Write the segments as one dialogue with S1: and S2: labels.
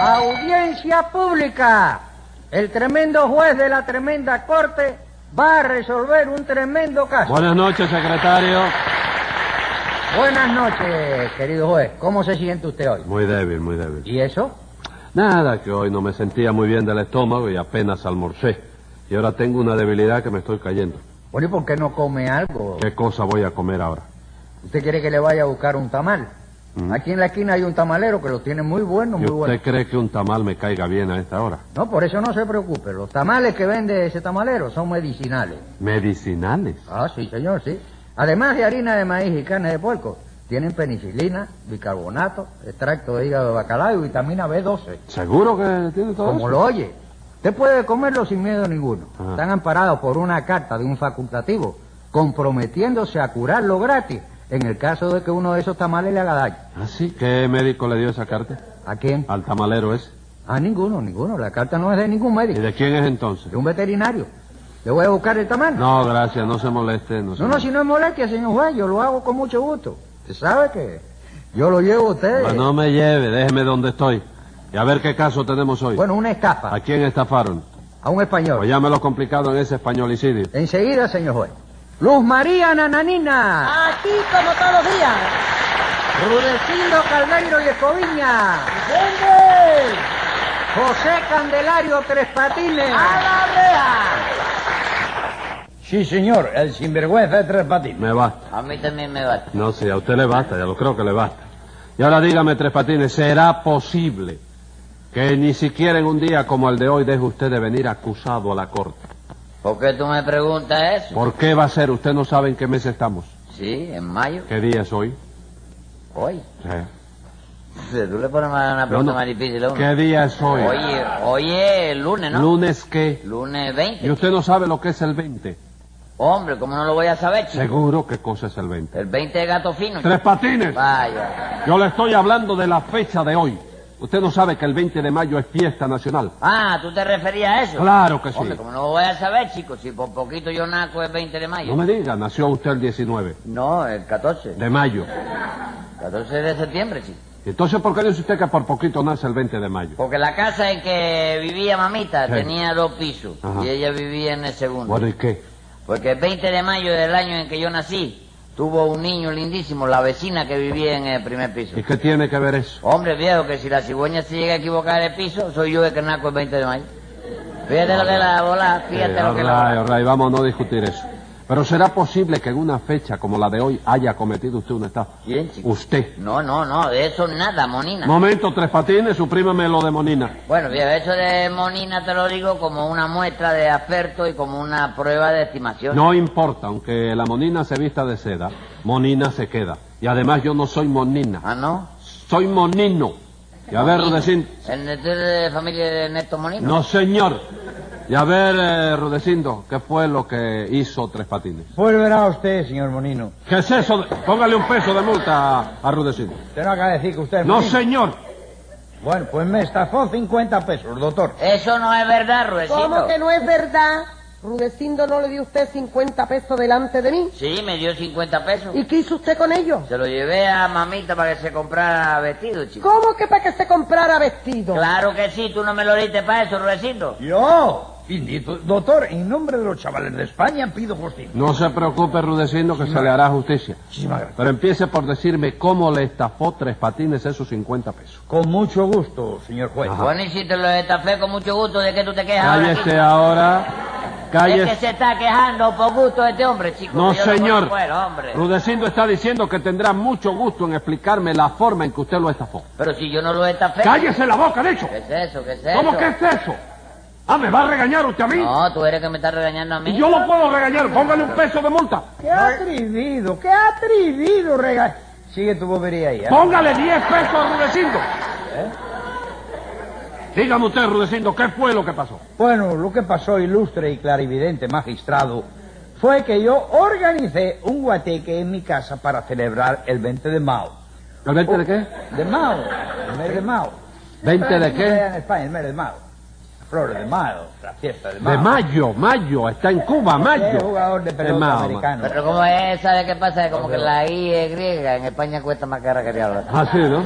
S1: Audiencia pública. El tremendo juez de la tremenda corte va a resolver un tremendo caso.
S2: Buenas noches, secretario.
S1: Buenas noches, querido juez. ¿Cómo se siente usted hoy?
S2: Muy débil, muy débil.
S1: ¿Y eso?
S2: Nada, que hoy no me sentía muy bien del estómago y apenas almorcé. Y ahora tengo una debilidad que me estoy cayendo.
S1: Bueno, ¿y por qué no come algo?
S2: ¿Qué cosa voy a comer ahora?
S1: ¿Usted quiere que le vaya a buscar un tamal?
S2: Mm.
S1: Aquí en la esquina hay un tamalero que los tiene muy buenos,
S2: ¿Y
S1: muy
S2: usted
S1: buenos.
S2: cree que un tamal me caiga bien a esta hora?
S1: No, por eso no se preocupe. Los tamales que vende ese tamalero son medicinales.
S2: ¿Medicinales?
S1: Ah, sí, señor, sí. Además de harina de maíz y carne de puerco, tienen penicilina, bicarbonato, extracto de hígado de bacalao y vitamina B12.
S2: ¿Seguro que tiene todo
S1: Como
S2: eso?
S1: lo oye, usted puede comerlo sin miedo ninguno.
S2: Ah.
S1: Están amparados por una carta de un facultativo comprometiéndose a curarlo gratis en el caso de que uno de esos tamales le haga daño.
S2: ¿Ah, sí? ¿Qué médico le dio esa carta?
S1: ¿A quién?
S2: Al tamalero ese.
S1: A ninguno, ninguno. La carta no es de ningún
S2: ¿Y
S1: médico,
S2: de quién es entonces?
S1: de un veterinario. ¿Le voy a buscar el tamal?
S2: No, gracias, no se moleste. No, se
S1: No, no,
S2: moleste.
S1: si no es molestia, señor juez, yo lo hago con mucho gusto. Usted sabe que yo lo llevo a usted.
S2: Pues no me lleve, déjeme donde estoy. Y a ver qué caso tenemos hoy.
S1: Bueno, una
S2: ¿A
S1: estafa
S2: quién estafaron?
S1: a un español.
S2: Pues llámelo complicado en ese españolicidio.
S1: Enseguida, señor juez. Luz María Nananina,
S3: Aquí como todos los días.
S1: Rudecindo Caldeiro y Escoviña,
S3: ¡Vende!
S1: José Candelario Tres Patines.
S3: ¡A la rea!
S4: Sí, señor, el sinvergüenza de Tres Patines.
S2: Me basta.
S3: A mí también me va.
S2: No, sí, a usted le basta, ya lo creo que le basta. Y ahora dígame, Tres Patines, ¿será posible que ni siquiera en un día como el de hoy deje usted de venir acusado a la corte?
S3: ¿Por qué tú me preguntas eso?
S2: ¿Por qué va a ser? Usted no sabe en qué mes estamos.
S3: Sí, en mayo.
S2: ¿Qué día es hoy?
S3: Hoy.
S2: Sí.
S3: Tú le pones más- una
S2: No,
S3: pregunta
S2: no.
S3: más difícil a uno.
S2: ¿Qué día es hoy?
S3: Oye, hoy es lunes, ¿no?
S2: ¿Lunes qué?
S3: Lunes
S2: Y
S3: 20.
S2: usted no sabe lo que es el 20.
S3: Hombre, ¿cómo no lo voy a saber, chico?
S2: Seguro que cosa es el 20.
S3: El 20 de gato fino. chico.
S2: Tres Patines.
S3: Vaya.
S2: Yo le estoy hablando de la fecha de hoy. Usted no sabe que el 20 de mayo es fiesta nacional.
S3: Ah, ¿tú te referías a eso?
S2: Claro que sí.
S3: Hombre, ¿cómo no lo voy a saber, chico? Si por poquito yo naco el 20 de mayo.
S2: No me diga, nació usted el 19
S3: No, el 14.
S2: de mayo.
S3: 14 de septiembre, chico.
S2: Entonces, ¿por qué dice usted que por poquito nace el 20 de mayo?
S3: Porque la casa en que vivía mamita
S2: Sí.
S3: tenía dos pisos
S2: Ajá.
S3: y ella vivía en el segundo.
S2: Bueno, ¿y qué?
S3: Porque el 20 de mayo del año en que yo nací, tuvo un niño lindísimo, la vecina que vivía en el primer piso.
S2: ¿Y qué tiene que ver eso?
S3: Hombre viejo, que si la cigüeña se llega a equivocar el piso, soy yo el que naco el 20 de mayo. Fíjate lo que es la bola, fíjate
S2: Eh,
S3: lo que es la
S2: all right,
S3: bola.
S2: all right, vamos a no discutir eso. Pero ¿será posible que en una fecha como la de hoy haya cometido usted una estafa?
S3: ¿Quién, chico?
S2: Usted.
S3: No, no, no, de eso nada, Monina.
S2: Momento, Tres Patines, suprímeme lo de Monina.
S3: Bueno, viejo, eso de Monina te lo digo como una muestra de afecto y como una prueba de estimación.
S2: No importa, aunque la Monina se vista de seda, Monina se queda. Y además yo no soy Monina.
S3: Ah, no.
S2: Soy monino. Y a ver,
S3: Monino.
S2: Rudecindo.
S3: ¿El Néstor de familia de Néstor Monino?
S2: No, señor. Y a ver, eh, Rudecindo, ¿qué fue lo que hizo Tres Patines?
S4: Volverá usted, señor Monino.
S2: ¿Qué es eso? de- Póngale un peso de multa a, a Rudecindo.
S4: Usted no acaba de decir que usted es
S2: No,
S4: Monino.
S2: señor.
S4: Bueno, pues me estafó 50 pesos, doctor.
S3: Eso no es verdad, Ruecito.
S5: ¿Cómo que no es verdad? Rudecindo no le dio usted 50 pesos delante de mí.
S3: Sí, me dio 50 pesos.
S5: ¿Y qué hizo usted con ellos?
S3: Se lo llevé a mamita para que se comprara vestido, chico.
S5: ¿Cómo que para que se comprara vestido?
S3: Claro que sí, tú no me lo diste para eso, Ruecito.
S4: Yo, bendito, doctor, en nombre de los chavales de España pido justicia.
S2: No se preocupe, Rudecindo, que se le hará justicia.
S4: Muchísimas gracias.
S2: Pero empiece por decirme cómo le estafó Tres Patines esos 50 pesos.
S4: Con mucho gusto, señor juez.
S2: Ajá.
S3: Bueno, y si te lo estafé con mucho gusto, ¿de qué tú te quejas ahora, chico?
S2: Cállese ahora.
S3: Es que
S2: Cállese.
S3: se está quejando por gusto este hombre, chico.
S2: No,
S3: que yo lo
S2: señor.
S3: conozco a él, hombre.
S2: Rudecindo está diciendo que tendrá mucho gusto en explicarme la forma en que usted lo estafó.
S3: Pero si yo no lo estafé...
S2: Cállese la boca, de hecho.
S3: ¿Qué es eso? ¿Qué es eso?
S2: ¿Cómo que es eso? Ah, ¿me va a regañar usted a mí?
S3: No, tú eres que me estás regañando a mí.
S2: Y yo lo puedo regañar, póngale un peso de multa.
S4: Qué atrevido, qué atrevido, rega. Sigue tu bobería ahí, ¿eh?
S2: Póngale 10 pesos a Rudecindo. Dígame usted, Rudecindo, ¿qué fue lo que pasó?
S4: Bueno, lo que pasó, ilustre y clarividente magistrado, fue que yo organicé un guateque en mi casa para celebrar el 20 de Mao.
S2: ¿El 20 de qué?
S4: De Mao, el mes de Mao.
S2: 20 de qué?
S4: En España, el mes de Mao. Flores de Mao, la fiesta de Mao.
S2: De mayo, mayo, está en Cuba, mayo.
S4: Es jugador de pelota
S2: Mao,
S4: americano.
S3: Pero como es, ¿sabes qué pasa? Es como que la I es griega, en España cuesta más cara que diablo.
S2: Así, Ah, ¿no?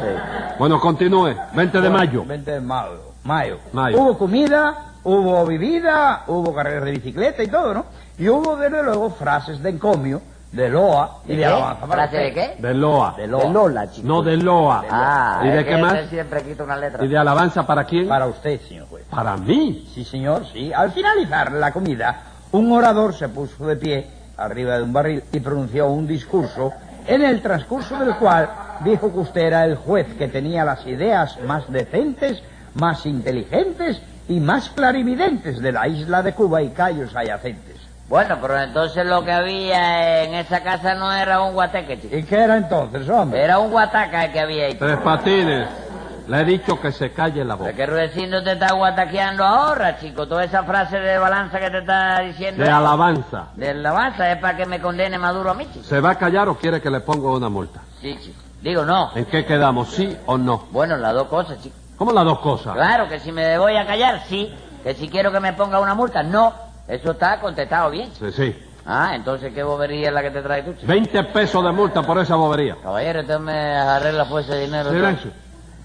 S2: Bueno, continúe. 20 de mayo.
S4: 20 de mayo. Mayo.
S2: Mayo.
S4: Hubo comida, hubo bebida, hubo carreras de bicicleta y todo, ¿no? Y hubo, desde luego, frases de encomio, de loa y de,
S3: ¿De
S4: alabanza.
S3: qué?
S4: para
S3: ¿Frase de
S4: usted.
S3: qué?
S2: De Loa.
S4: De
S3: De
S4: loa.
S3: Lola, chico.
S2: No, de Loa.
S3: Ah,
S2: ¿Y de
S3: es
S2: qué
S3: que
S2: más?
S3: usted siempre quita una letra.
S2: ¿Y de alabanza para quién?
S4: Para usted, señor juez.
S2: Para mí.
S4: Sí, señor, sí. Al finalizar la comida, un orador se puso de pie arriba de un barril y pronunció un discurso en el transcurso del cual dijo que usted era el juez que tenía las ideas más decentes, más inteligentes y más clarividentes de la isla de Cuba y callos adyacentes.
S3: Bueno, pero entonces lo que había en esa casa no era un guateque, chico.
S4: ¿Y qué era entonces, hombre?
S3: Era un guataca el que había ahí.
S2: Tres patines. Le he dicho que se calle la
S3: ¿De
S2: boca.
S3: qué Rudecindo te está guataqueando ahora, chico? Toda esa frase de balanza que te está diciendo.
S2: De alabanza.
S3: De alabanza es para que me condene Maduro a mí, chico.
S2: ¿Se va a callar o quiere que le ponga una multa?
S3: Sí, chico. Digo, no.
S2: ¿En qué quedamos? ¿Sí o no?
S3: Bueno, las dos cosas, chico.
S2: ¿Cómo las dos cosas?
S3: Claro, que si me voy a callar, sí. Que si quiero que me ponga una multa, no. Eso está contestado bien, chico.
S2: Sí, sí.
S3: Ah, entonces, ¿qué bobería es la que te trae tú, chico?
S2: 20 pesos de multa por esa bobería.
S3: Caballero, usted me arregla pues ese dinero. tú.
S2: Silencio.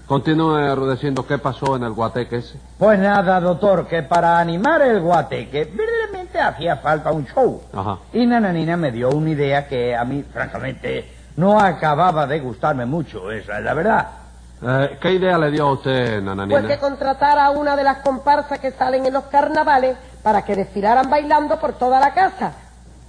S2: Continúe rudeciendo qué pasó en el guateque ese.
S4: Pues nada, doctor, que para animar el guateque verdaderamente hacía falta un show.
S2: Ajá.
S4: Y Nananina me dio una idea que a mí, francamente, no acababa de gustarme mucho, esa es la verdad.
S2: Eh, ¿Qué idea le dio a usted,
S5: Pues que
S2: Nananina?
S5: contratara a una de las comparsas que salen en los carnavales para que desfilaran bailando por toda la casa.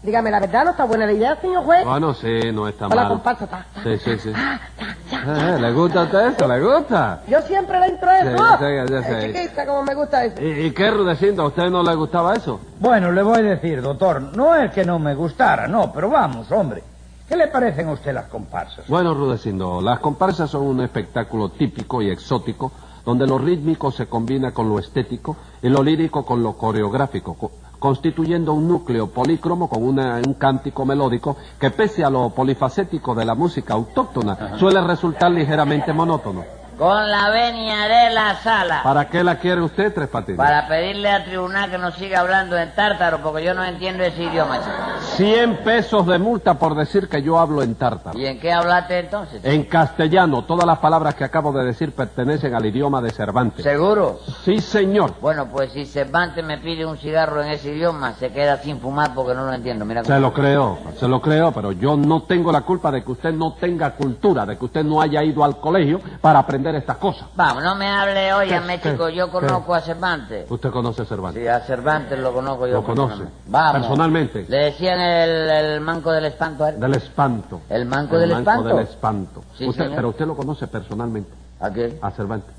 S5: Dígame la verdad, ¿no está buena la idea, señor juez?
S2: Bueno, sí, Ah, no está
S5: Hola, Ah,
S2: mal.
S5: comparsa, ta, ta,
S2: Sí, sí, sí. Eh, ¿Le gusta a usted eso? ¿Le gusta?
S5: Yo siempre le entro a eso.
S2: Sí, ya sé, ya
S5: ¿no?
S2: sé.
S5: Eh, Chiquita, como me gusta eso.
S2: ¿Y, y qué, Rudecindo? ¿A usted no le gustaba eso?
S4: Bueno, le voy a decir, doctor, no es que no me gustara, no, pero vamos, hombre. ¿Qué le parecen a usted las comparsas?
S2: Bueno, Rudecindo, las comparsas son un espectáculo típico y exótico donde lo rítmico se combina con lo estético y lo lírico con lo coreográfico, co- constituyendo un núcleo polícromo con una- un cántico melódico que, pese a lo polifacético de la música autóctona, suele resultar ligeramente monótono.
S3: Con la venia de la sala.
S2: ¿Para qué la quiere usted, Tres Patines?
S3: Para pedirle al tribunal que no siga hablando en tártaro, porque yo no entiendo ese idioma, chico.
S2: 100 pesos de multa por decir que yo hablo en tártaro.
S3: ¿Y en qué hablaste entonces? chico?
S2: En castellano, todas las palabras que acabo de decir pertenecen al idioma de Cervantes.
S3: ¿Seguro?
S2: Sí, señor.
S3: Bueno, pues si Cervantes me pide un cigarro en ese idioma, se queda sin fumar porque no lo entiendo. Mira
S2: Se
S3: cómo-
S2: lo creo, se lo creo, pero yo no tengo la culpa de que usted no tenga cultura, de que usted no haya ido al colegio para aprender estas cosas.
S3: Vamos, no me hable, óyame,
S2: ¿Qué?
S3: chico, yo
S2: ¿Qué?
S3: conozco a Cervantes.
S2: Usted conoce a Cervantes.
S3: Sí, a Cervantes lo conozco yo.
S2: Lo conoce.
S3: personalmente. Vamos.
S2: Personalmente.
S3: Le decían el, el manco del espanto a él.
S2: Del espanto.
S3: ¿El manco del
S2: manco
S3: espanto?
S2: del espanto.
S3: Sí,
S2: Usted-
S3: señor.
S2: pero usted lo conoce personalmente,
S3: ¿A qué?
S2: a Cervantes.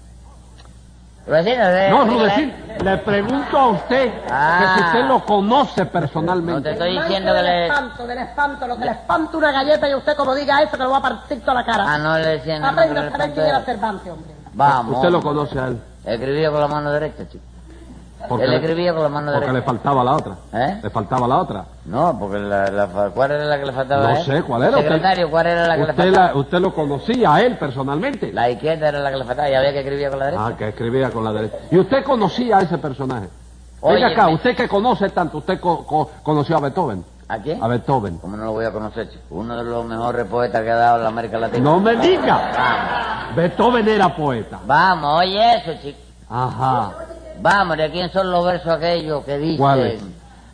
S3: Rudecindo, ¿eh?
S2: No,
S3: ¿sí,
S2: Rudecín, le pregunto a usted
S3: Ah.
S2: que si usted lo conoce
S3: No te
S2: personalmente.
S3: estoy
S5: Manco
S3: diciendo que
S5: del
S3: le...
S5: espanto, del espanto, lo que le espanta una galleta y usted como diga eso que lo va a partir toda la
S3: Ah,
S5: cara.
S3: no le decían... el manco
S5: Aprenda
S3: del
S5: a saber
S3: espanto
S5: quién
S3: a
S5: era
S3: él.
S5: Cervantes, hombre.
S3: Vamos.
S2: Usted lo conoce a él.
S3: Escribía con la mano derecha, chico.
S2: Porque,
S3: él
S2: le-
S3: escribía con la mano
S2: porque
S3: derecha.
S2: le faltaba la otra.
S3: ¿Eh?
S2: Le faltaba la otra.
S3: No, porque la, la fa- ¿cuál era la que le faltaba? a
S2: No
S3: él?
S2: sé cuál era. usted-
S3: Secretario, ¿cuál era la que le
S2: usted
S3: faltaba?
S2: la- usted lo conocía a él personalmente.
S3: La izquierda era la que le faltaba y había que escribir con la derecha.
S2: Ah, que escribía con la derecha. ¿Y usted conocía a ese personaje?
S3: Óyeme.
S2: Oiga acá, usted que conoce tanto, usted co- co- conoció a Beethoven.
S3: ¿A quién?
S2: Ah, A Beethoven.
S3: ¿Cómo no lo voy a conocer, chico? Uno de los mejores poetas que ha dado la América Latina.
S2: No me diga.
S3: Vamos,
S2: Beethoven era poeta.
S3: vamos, oye eso, chico.
S2: Ajá.
S3: Vamos, ¿de quién son los versos aquellos que dicen?
S2: ¿Cuáles?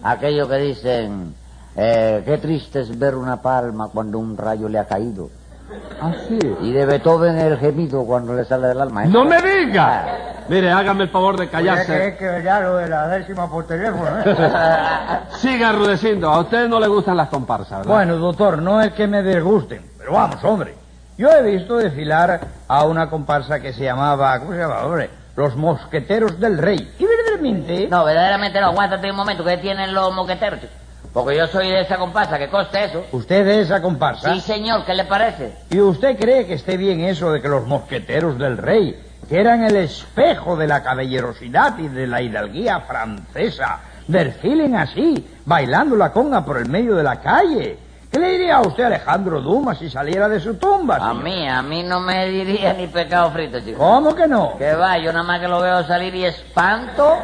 S3: Aquellos que dicen, eh, qué triste es ver una palma cuando un rayo le ha caído.
S2: Así.
S3: Y de Beethoven el gemido cuando le sale del alma. ¿eh?
S2: No me diga. Mire, hágame el favor de callarse.
S4: que ya lo de la décima por teléfono, ¿eh?
S2: Siga rudeciendo. A usted no le gustan las comparsas, ¿verdad?
S4: Bueno, doctor, no es que me disgusten, pero vamos, hombre. Yo he visto desfilar a una comparsa que se llamaba, ¿cómo se llamaba, hombre? Los Mosqueteros del Rey. Y verdaderamente...
S3: No, verdaderamente no, aguántate un momento, que tienen los moqueteros? chico? Porque yo soy de esa comparsa, que coste eso.
S4: Usted es esa comparsa.
S3: Sí, señor, ¿qué le parece?
S4: ¿Y usted cree que esté bien eso de que los mosqueteros del rey, que eran el espejo de la caballerosidad y de la hidalguía francesa, desfilen así, bailando la conga por el medio de la calle? ¿Qué le diría a usted Alejandro Dumas si saliera de su tumba?
S3: A
S4: señor?
S3: mí, a mí no me diría ni pecado frito, chico.
S4: ¿Cómo que no?
S3: Que va, yo nada más que lo veo salir y espanto.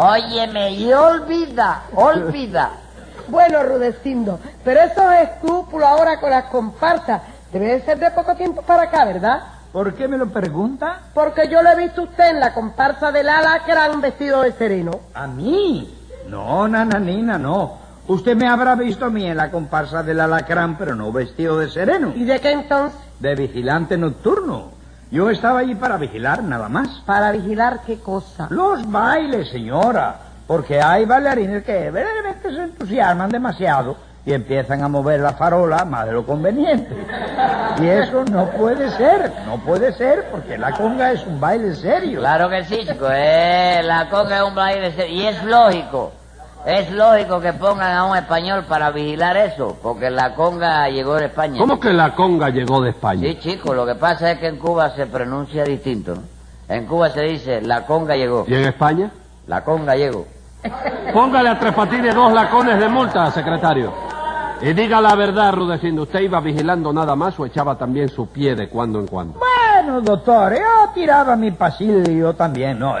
S3: Óyeme, y olvida, olvida.
S5: Bueno, Rudecindo, pero esos escrúpulos ahora con las comparsas deben ser de poco tiempo para acá, ¿verdad?
S4: ¿Por qué me lo pregunta?
S5: Porque yo lo he visto a usted en la comparsa del alacrán vestido de sereno.
S4: ¿A mí? No, nananina, no. Usted me habrá visto a mí en la comparsa del alacrán, pero no vestido de sereno,
S5: ¿Y de qué entonces?
S4: de vigilante nocturno. Yo estaba allí para vigilar nada más.
S5: Para vigilar qué cosa.
S4: Los bailes, señora, porque hay bailarines que verdaderamente se entusiasman demasiado y empiezan a mover la farola más de lo conveniente. Y eso no puede ser, no puede ser, porque la conga es un baile serio.
S3: Claro que sí, chico. eh, la conga es un baile serio. Y es lógico. Es lógico que pongan a un español para vigilar eso, porque la conga llegó de España.
S2: ¿Cómo que la conga llegó de España?
S3: Sí, chico, lo que pasa es que en Cuba se pronuncia distinto. ¿no? En Cuba se dice, la conga llegó.
S2: ¿Y en España?
S3: La conga llegó.
S2: Póngale a Tres Patines dos lacones de multa, secretario. Y diga la verdad, Rudecindo, ¿usted iba vigilando nada más o echaba también su pie de cuando en cuando?
S4: Bueno, doctor, yo tiraba mi pasillo yo también. No,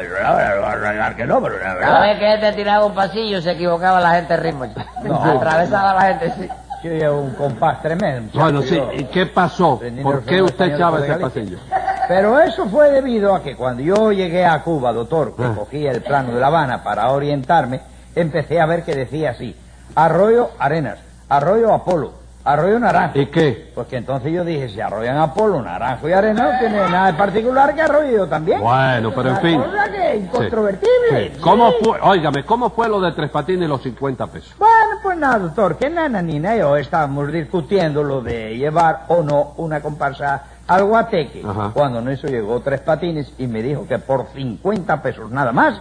S4: que no, pero la
S3: Cada
S4: verdad-
S3: vez que él te tiraba un pasillo se equivocaba la gente el ritmo. chico.
S4: No,
S3: Atravesaba la gente, sí.
S4: Yo llevo un compás tremendo.
S2: Bueno, sí, ¿y qué pasó?
S4: Aprendiendo
S2: ¿Por
S4: el
S2: qué
S4: fútbol
S2: usted
S4: español
S2: echaba
S4: por
S2: ese
S4: Galicia.
S2: pasillo?
S4: Pero eso fue debido a que cuando yo llegué a Cuba, doctor, que
S2: Ah.
S4: cogí el plano de La Habana para orientarme, empecé a ver que decía así, arroyo Arenas, arroyo Apolo, arroyo Naranjo.
S2: ¿Y qué?
S4: Porque entonces yo dije, si arroyan Apolo, Naranjo y Arenas, no tiene nada de particular que arroyo yo también.
S2: Bueno, pero en
S4: Una
S2: fin.
S4: cosa que es
S2: Sí, sí.
S4: incontrovertible.
S2: ¿Cómo
S4: Sí.
S2: fue, óigame, cómo fue lo de Tres Patines y los 50 pesos?
S4: Bueno, pues nada, doctor, que Nana Nina y yo estábamos discutiendo lo de llevar o no una comparsa al guateque.
S2: Ajá.
S4: Cuando en eso llegó Tres Patines y me dijo que por 50 pesos nada más,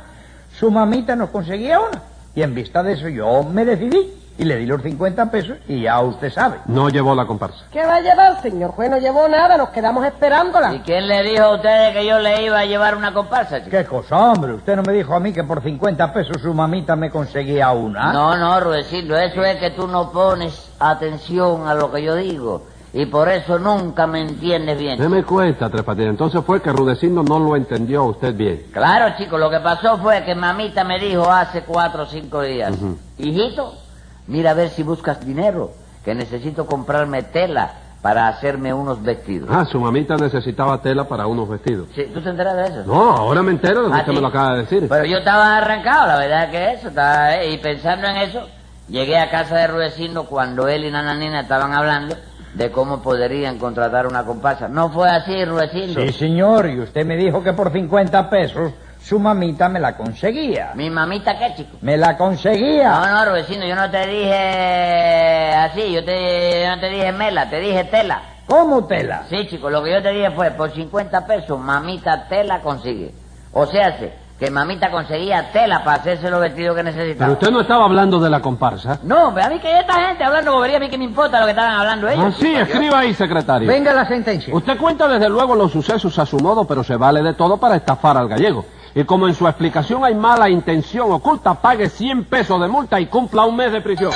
S4: su mamita nos conseguía una. Y en vista de eso yo me decidí y le di los 50 pesos y ya usted sabe.
S2: No llevó la comparsa.
S5: ¿Qué va a llevar, señor juez? No llevó nada, nos quedamos
S3: ¿Y
S5: esperándola.
S3: quién le dijo a ustedes que yo le iba a llevar una comparsa, chico?
S4: Qué cosa, hombre, usted no me dijo a mí que por 50 pesos su mamita me conseguía una.
S3: No, no, Rudecindo, eso es que tú no pones atención a lo que yo digo. Y por eso nunca me entiendes bien.
S2: Deme cuenta, Tres Patines. Entonces fue que Rudecindo no lo entendió usted bien.
S3: Claro, chico, lo que pasó fue que mamita me dijo hace cuatro o cinco días, hijito, mira a ver si buscas dinero, que necesito comprarme tela para hacerme unos vestidos.
S2: Ah, su mamita necesitaba tela para unos vestidos.
S3: Sí, ¿Tú te enteras de eso?
S2: No, ahora me entero de que
S3: Ah,
S2: usted
S3: sí.
S2: me lo acaba de decir.
S3: Pero yo estaba arrancado, la verdad que eso, estaba, eh, y pensando en eso, llegué a casa de Rudecindo cuando él y Nananina estaban hablando de cómo podrían contratar una comparsa. No fue así, Rudecindo.
S4: Sí, señor, y usted me dijo que por 50 pesos su mamita me la conseguía.
S3: Mi mamita, ¿qué, chico?
S4: Me la conseguía.
S3: No, no, Rudecindo, yo no te dije así, yo, te, yo no te dije mela, te dije tela.
S4: ¿Cómo tela?
S3: Sí, chico, lo que yo te dije fue, por 50 pesos, mamita tela consigue. O sea, hace que mamita conseguía tela para hacerse los vestidos que
S2: Pero
S3: necesitaba.
S2: usted no estaba hablando de la comparsa.
S3: No, pero a mí que hay esta gente hablando bobería, a mí que me importa lo que estaban hablando ellos.
S2: Ah, sí,
S3: chico, yo-
S2: escriba ahí, secretario.
S1: Venga la sentencia.
S2: Usted cuenta desde luego los sucesos a su modo, pero se vale de todo para estafar al gallego. Y como en su explicación hay mala intención oculta, pague 100 pesos de multa y cumpla un mes de prisión.